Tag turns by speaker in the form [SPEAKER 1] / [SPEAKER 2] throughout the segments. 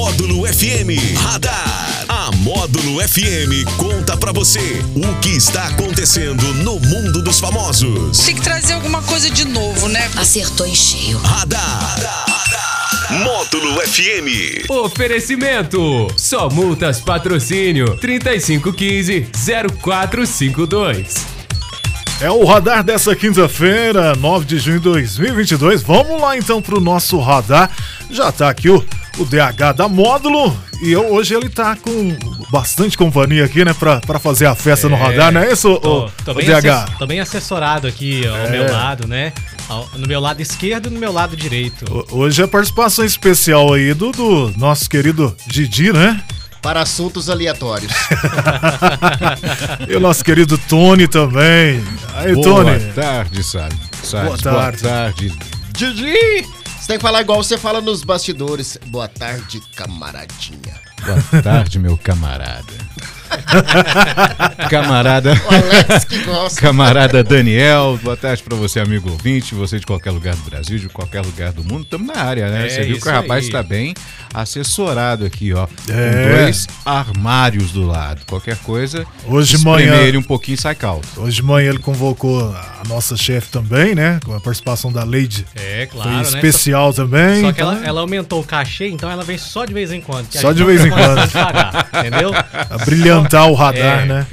[SPEAKER 1] Módulo FM. Radar. A Módulo FM conta pra você o que está acontecendo no mundo dos famosos.
[SPEAKER 2] Tem que trazer alguma coisa de novo, né?
[SPEAKER 3] Acertou em cheio.
[SPEAKER 1] Radar. Módulo FM.
[SPEAKER 4] Oferecimento: Só Multas Patrocínio 3515-0452.
[SPEAKER 5] É o radar dessa quinta-feira, 9 de junho de 2022. Vamos lá então pro nosso radar. Já tá aqui o, o DH da Módulo e eu- hoje ele tá com bastante companhia aqui, né, pra, pra fazer a festa no radar, não é isso, ô-
[SPEAKER 6] Tô, tô
[SPEAKER 5] ô
[SPEAKER 6] bem
[SPEAKER 5] DH?
[SPEAKER 6] assess- tô bem assessorado aqui ó, ao meu lado, né? Ao- no meu lado esquerdo e no meu lado direito.
[SPEAKER 5] Ho- Hoje é participação especial aí do, do nosso querido Didi, né?
[SPEAKER 7] para assuntos aleatórios.
[SPEAKER 5] E o nosso querido Tony também. Aí,
[SPEAKER 8] Boa
[SPEAKER 5] Tony.
[SPEAKER 8] tarde, sabe?
[SPEAKER 5] Boa tarde.
[SPEAKER 8] Boa tarde.
[SPEAKER 7] Didi! Você tem que falar igual você fala nos bastidores. Boa tarde, camaradinha.
[SPEAKER 8] Boa tarde, meu camarada. camarada.
[SPEAKER 7] O Alex que gosta.
[SPEAKER 8] Camarada Daniel, boa tarde pra você, amigo ouvinte, você de qualquer lugar do Brasil, de qualquer lugar do mundo, estamos na área, né?
[SPEAKER 6] É,
[SPEAKER 8] você viu que
[SPEAKER 6] isso
[SPEAKER 8] o rapaz
[SPEAKER 6] aí.
[SPEAKER 8] tá bem assessorado aqui, ó,
[SPEAKER 5] É.
[SPEAKER 8] com dois armários do lado. Qualquer coisa,
[SPEAKER 5] Hoje de
[SPEAKER 8] espremer
[SPEAKER 5] manhã.
[SPEAKER 8] ele um pouquinho e sai caldo.
[SPEAKER 5] Hoje de manhã ele convocou a nossa chefe também, né? Com a participação da Lady.
[SPEAKER 6] É,
[SPEAKER 5] Foi
[SPEAKER 6] claro, né?
[SPEAKER 5] especial também.
[SPEAKER 6] Só que
[SPEAKER 5] então,
[SPEAKER 6] ela, ela aumentou o cachê, então ela vem só de vez em quando. Então que a
[SPEAKER 5] Só
[SPEAKER 6] gente
[SPEAKER 5] de
[SPEAKER 6] não
[SPEAKER 5] vez em
[SPEAKER 6] tem condição
[SPEAKER 5] quando.
[SPEAKER 6] de pagar, entendeu?
[SPEAKER 5] a Brilhantar o radar,
[SPEAKER 6] É,
[SPEAKER 5] né?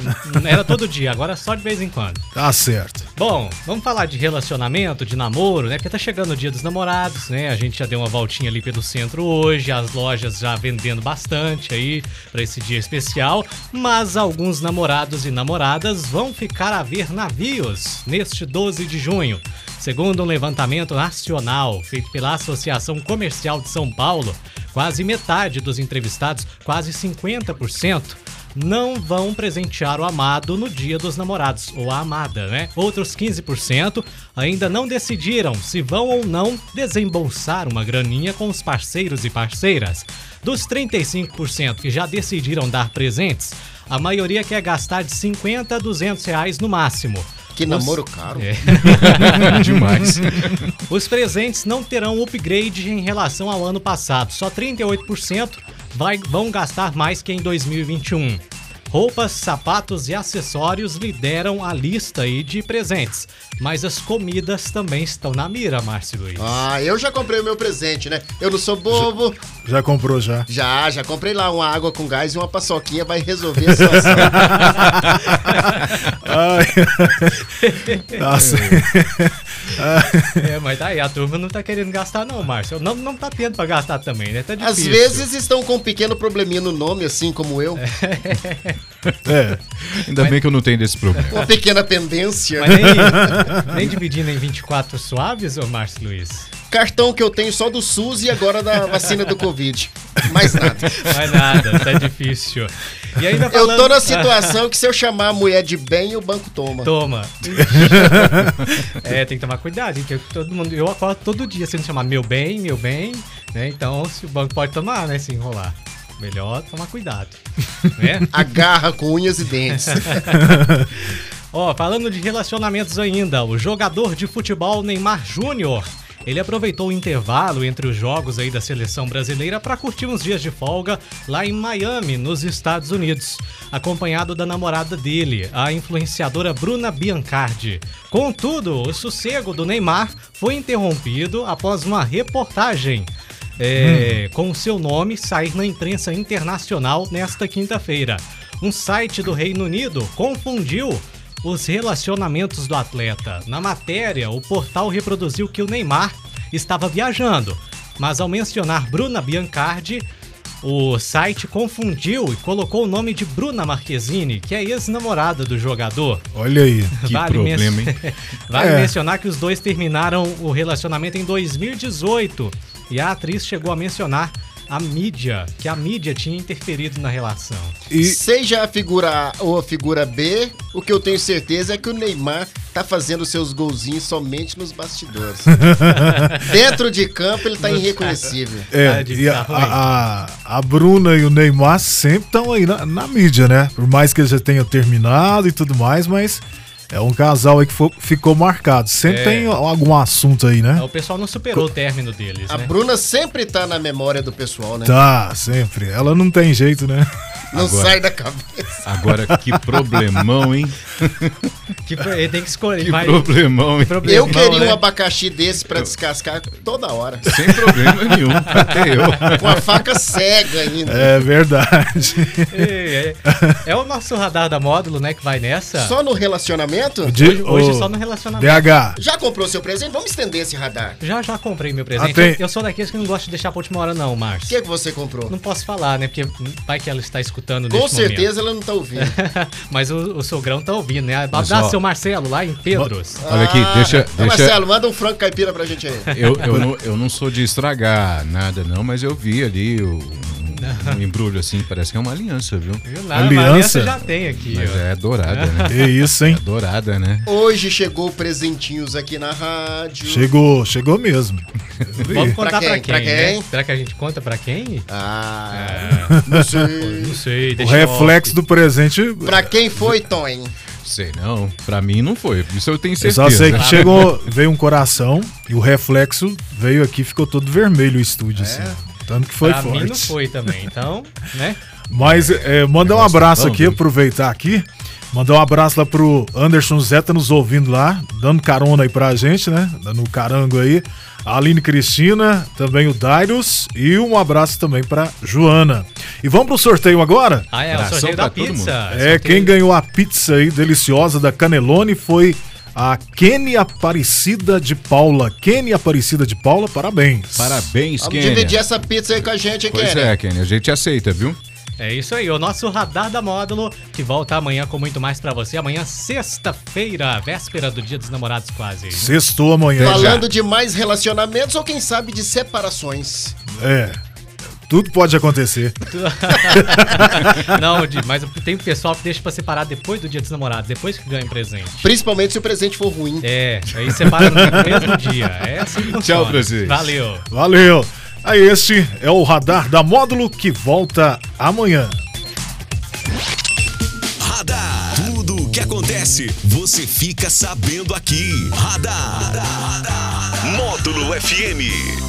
[SPEAKER 6] Era todo dia, agora é só de vez em quando.
[SPEAKER 5] Tá certo.
[SPEAKER 6] Bom, vamos falar de relacionamento, de namoro, né? Porque tá chegando o dia dos namorados, né? A gente já deu uma voltinha ali pelo centro hoje, as lojas já vendendo bastante aí pra esse dia especial, mas alguns namorados e namoradas vão ficar a ver navios neste 12 de junho. Segundo um levantamento nacional feito pela Associação Comercial de São Paulo, quase metade dos entrevistados, quase 50%, não vão presentear o amado no dia dos namorados, ou a amada, né? Outros 15% ainda não decidiram se vão ou não desembolsar uma graninha com os parceiros e parceiras. Dos 35% que já decidiram dar presentes, a maioria quer gastar de 50 a 200 reais no máximo.
[SPEAKER 7] Que namoro caro.
[SPEAKER 6] É.
[SPEAKER 8] Demais.
[SPEAKER 6] Os presentes não terão upgrade em relação ao ano passado. Só 38% vai- vão gastar mais que em 2021. Roupas, sapatos e acessórios lideram a lista aí de presentes. Mas as comidas também estão na mira, Márcio Luiz.
[SPEAKER 7] Ah, eu já comprei o meu presente, né? Eu não sou bobo.
[SPEAKER 5] Já comprou já.
[SPEAKER 7] Já, já comprei lá uma água com gás e uma paçoquinha vai resolver a situação.
[SPEAKER 6] É
[SPEAKER 5] Ai. Tá certo.
[SPEAKER 6] É, mas daí a turma não tá querendo gastar não, Márcio. Não, não tá tendo pra gastar também, né? Tá difícil.
[SPEAKER 7] Às vezes estão com um pequeno probleminha no nome, assim como eu.
[SPEAKER 5] É.
[SPEAKER 8] Ainda bem que eu não tenho desse problema.
[SPEAKER 7] Uma pequena pendência.
[SPEAKER 6] Mas nem, nem dividindo em 24 suaves, ô Márcio Luiz.
[SPEAKER 7] Cartão que eu tenho só do SUS e agora da vacina do Covid. Mais nada.
[SPEAKER 6] Não é nada, tá difícil. E ainda
[SPEAKER 7] Eu
[SPEAKER 6] falando...
[SPEAKER 7] tô na situação que se eu chamar a mulher de bem, o banco toma.
[SPEAKER 6] Toma. é, tem que tomar cuidado, gente. Eu, todo mundo, eu acordo todo dia se não chamar meu bem, meu bem, né? Então, se o banco pode tomar, né? Se enrolar. Melhor tomar cuidado, né?
[SPEAKER 7] Agarra com unhas e dentes.
[SPEAKER 6] Ó, falando de relacionamentos ainda, o jogador de futebol Neymar Júnior, ele aproveitou o intervalo entre os jogos aí da seleção brasileira para curtir uns dias de folga lá em Miami, nos Estados Unidos, acompanhado da namorada dele, a influenciadora Bruna Biancardi. Contudo, o sossego do Neymar foi interrompido após uma reportagem é, com o seu nome sair na imprensa internacional nesta quinta-feira. Um site do Reino Unido confundiu os relacionamentos do atleta. Na matéria, o portal reproduziu que o Neymar estava viajando, mas ao mencionar Bruna Biancardi, o site confundiu e colocou o nome de Bruna Marquezine, que é ex-namorada do jogador.
[SPEAKER 5] Olha aí.
[SPEAKER 8] Que
[SPEAKER 6] men-
[SPEAKER 8] problema, hein?
[SPEAKER 6] vale
[SPEAKER 5] É.
[SPEAKER 6] mencionar que os dois terminaram o relacionamento em 2018 e a atriz chegou a mencionar a mídia, que a mídia tinha interferido na relação.
[SPEAKER 5] E
[SPEAKER 7] Seja a figura A ou a figura B, o que eu tenho certeza é que o Neymar tá fazendo seus golzinhos somente nos bastidores. Dentro de campo ele tá irreconhecível.
[SPEAKER 5] É,
[SPEAKER 6] Tá de-
[SPEAKER 5] e a,
[SPEAKER 6] tá ruim.
[SPEAKER 5] a, a- a Bruna e o Neymar sempre estão aí na, na mídia, né? Por mais que eles já tenham terminado e tudo mais, mas É um casal aí que fo- ficou marcado. Sempre
[SPEAKER 6] É.
[SPEAKER 5] tem algum assunto aí, né?
[SPEAKER 6] O pessoal não superou o término deles,
[SPEAKER 7] A
[SPEAKER 6] né?
[SPEAKER 7] Bruna sempre tá na memória do pessoal, né?
[SPEAKER 5] Tá, sempre. Ela não tem jeito, né?
[SPEAKER 7] Não
[SPEAKER 8] Agora.
[SPEAKER 7] sai da cabeça.
[SPEAKER 8] Agora, que problemão, hein?
[SPEAKER 6] Que pro- ele tem que escolher.
[SPEAKER 8] Que
[SPEAKER 6] vai-
[SPEAKER 8] problemão, hein?
[SPEAKER 6] problemão,
[SPEAKER 7] Eu queria um
[SPEAKER 6] né?
[SPEAKER 7] abacaxi desse pra descascar toda hora.
[SPEAKER 8] Sem problema nenhum, até eu.
[SPEAKER 7] Com a faca cega ainda.
[SPEAKER 5] É verdade.
[SPEAKER 6] É, é. É o nosso radar da módulo, né, que vai nessa.
[SPEAKER 7] Só no relacionamento?
[SPEAKER 5] De-
[SPEAKER 6] Hoje, hoje
[SPEAKER 5] ô,
[SPEAKER 6] só é no relacionamento.
[SPEAKER 5] DH.
[SPEAKER 7] Já comprou seu presente? Vamos estender esse radar.
[SPEAKER 6] Já já comprei meu presente.
[SPEAKER 5] Ah, tem-
[SPEAKER 6] Eu sou daqueles que não gosto de deixar pra última hora, não,
[SPEAKER 7] O
[SPEAKER 6] Márcio.
[SPEAKER 7] que é que você comprou?
[SPEAKER 6] Não posso falar, né? Porque vai que ela está escutando
[SPEAKER 7] Com
[SPEAKER 6] neste
[SPEAKER 7] certeza ela não tá ouvindo.
[SPEAKER 6] momento. Mas o, o sogrão tá ouvindo, né?
[SPEAKER 8] Mas,
[SPEAKER 6] Abraço,
[SPEAKER 8] ó.
[SPEAKER 6] seu Marcelo, lá em Pedros.
[SPEAKER 8] Olha aqui, deixa.
[SPEAKER 7] Ô,
[SPEAKER 8] deixa
[SPEAKER 7] Ah, Marcelo, manda um frango caipira pra gente aí.
[SPEAKER 8] eu, eu, não, eu não sou de estragar nada, não, mas eu vi ali o- um, um embrulho assim, parece que é uma aliança, viu?
[SPEAKER 6] Viu lá?
[SPEAKER 5] Aliança?
[SPEAKER 6] Mas essa já tem aqui,
[SPEAKER 8] Mas
[SPEAKER 6] ó.
[SPEAKER 8] é dourada, né?
[SPEAKER 5] É isso,
[SPEAKER 8] É
[SPEAKER 5] hein?
[SPEAKER 8] dourada, né?
[SPEAKER 7] Hoje chegou presentinhos aqui na rádio.
[SPEAKER 5] Chegou, chegou mesmo.
[SPEAKER 6] Vamos contar pra
[SPEAKER 7] Pra
[SPEAKER 6] quem,
[SPEAKER 7] quem? Pra
[SPEAKER 6] né?
[SPEAKER 7] quem?
[SPEAKER 6] Será que a gente conta pra quem?
[SPEAKER 7] Ah,
[SPEAKER 6] Não sei,
[SPEAKER 5] O
[SPEAKER 6] deixa eu-
[SPEAKER 5] reflexo do presente.
[SPEAKER 8] É.
[SPEAKER 7] pra quem foi, Tony?
[SPEAKER 8] Sei não, pra mim não foi. Isso eu tenho
[SPEAKER 5] Eu
[SPEAKER 8] certeza.
[SPEAKER 5] só sei que chegou, veio um coração e o reflexo veio aqui, ficou todo vermelho o estúdio, assim. Tanto que foi
[SPEAKER 6] É. pra
[SPEAKER 5] forte.
[SPEAKER 6] mim não foi também, então, né?
[SPEAKER 5] Mas é, mandar um
[SPEAKER 8] negócio
[SPEAKER 5] abraço
[SPEAKER 8] bom,
[SPEAKER 5] aqui,
[SPEAKER 8] né?
[SPEAKER 5] aproveitar aqui. Mandar um abraço lá pro Anderson Zé, tá nos ouvindo lá, dando carona aí pra gente, né? Dando um carango aí. A Aline Cristina, também o Dairos. E um abraço também pra Joana. E vamos pro sorteio agora?
[SPEAKER 6] Ah, é, o
[SPEAKER 8] Abração
[SPEAKER 6] sorteio
[SPEAKER 8] pra
[SPEAKER 6] da
[SPEAKER 8] todo mundo.
[SPEAKER 6] pizza.
[SPEAKER 5] É,
[SPEAKER 6] Sorteio-
[SPEAKER 5] quem ganhou a pizza aí deliciosa da Canelone foi a Kenny Aparecida de Paula. Kenny Aparecida de Paula, parabéns.
[SPEAKER 8] Parabéns,
[SPEAKER 7] Vamos
[SPEAKER 8] Kenia.
[SPEAKER 7] dividir essa pizza aí com a gente, hein,
[SPEAKER 8] Pois
[SPEAKER 7] Kenny?
[SPEAKER 8] é, Kenia, a gente aceita, viu?
[SPEAKER 6] É isso aí, o nosso Radar da Módulo, que volta amanhã com muito mais pra você. Amanhã, sexta-feira, véspera do Dia dos Namorados quase.
[SPEAKER 5] Sextou amanhã.
[SPEAKER 7] Falando de mais relacionamentos ou quem sabe de separações.
[SPEAKER 5] É. Tudo pode acontecer.
[SPEAKER 6] Não, de, mas tem um pessoal que deixa pra separar depois do Dia dos Namorados, depois que ganha o presente.
[SPEAKER 7] Principalmente se o presente for ruim.
[SPEAKER 6] É, aí separa no mesmo dia. É assim que funciona.
[SPEAKER 8] Brasil.
[SPEAKER 6] Valeu.
[SPEAKER 5] Valeu. Aí este é o Radar da Módulo que volta amanhã.
[SPEAKER 1] Radar. Tudo o que acontece, você fica sabendo aqui. Radar. Módulo FM.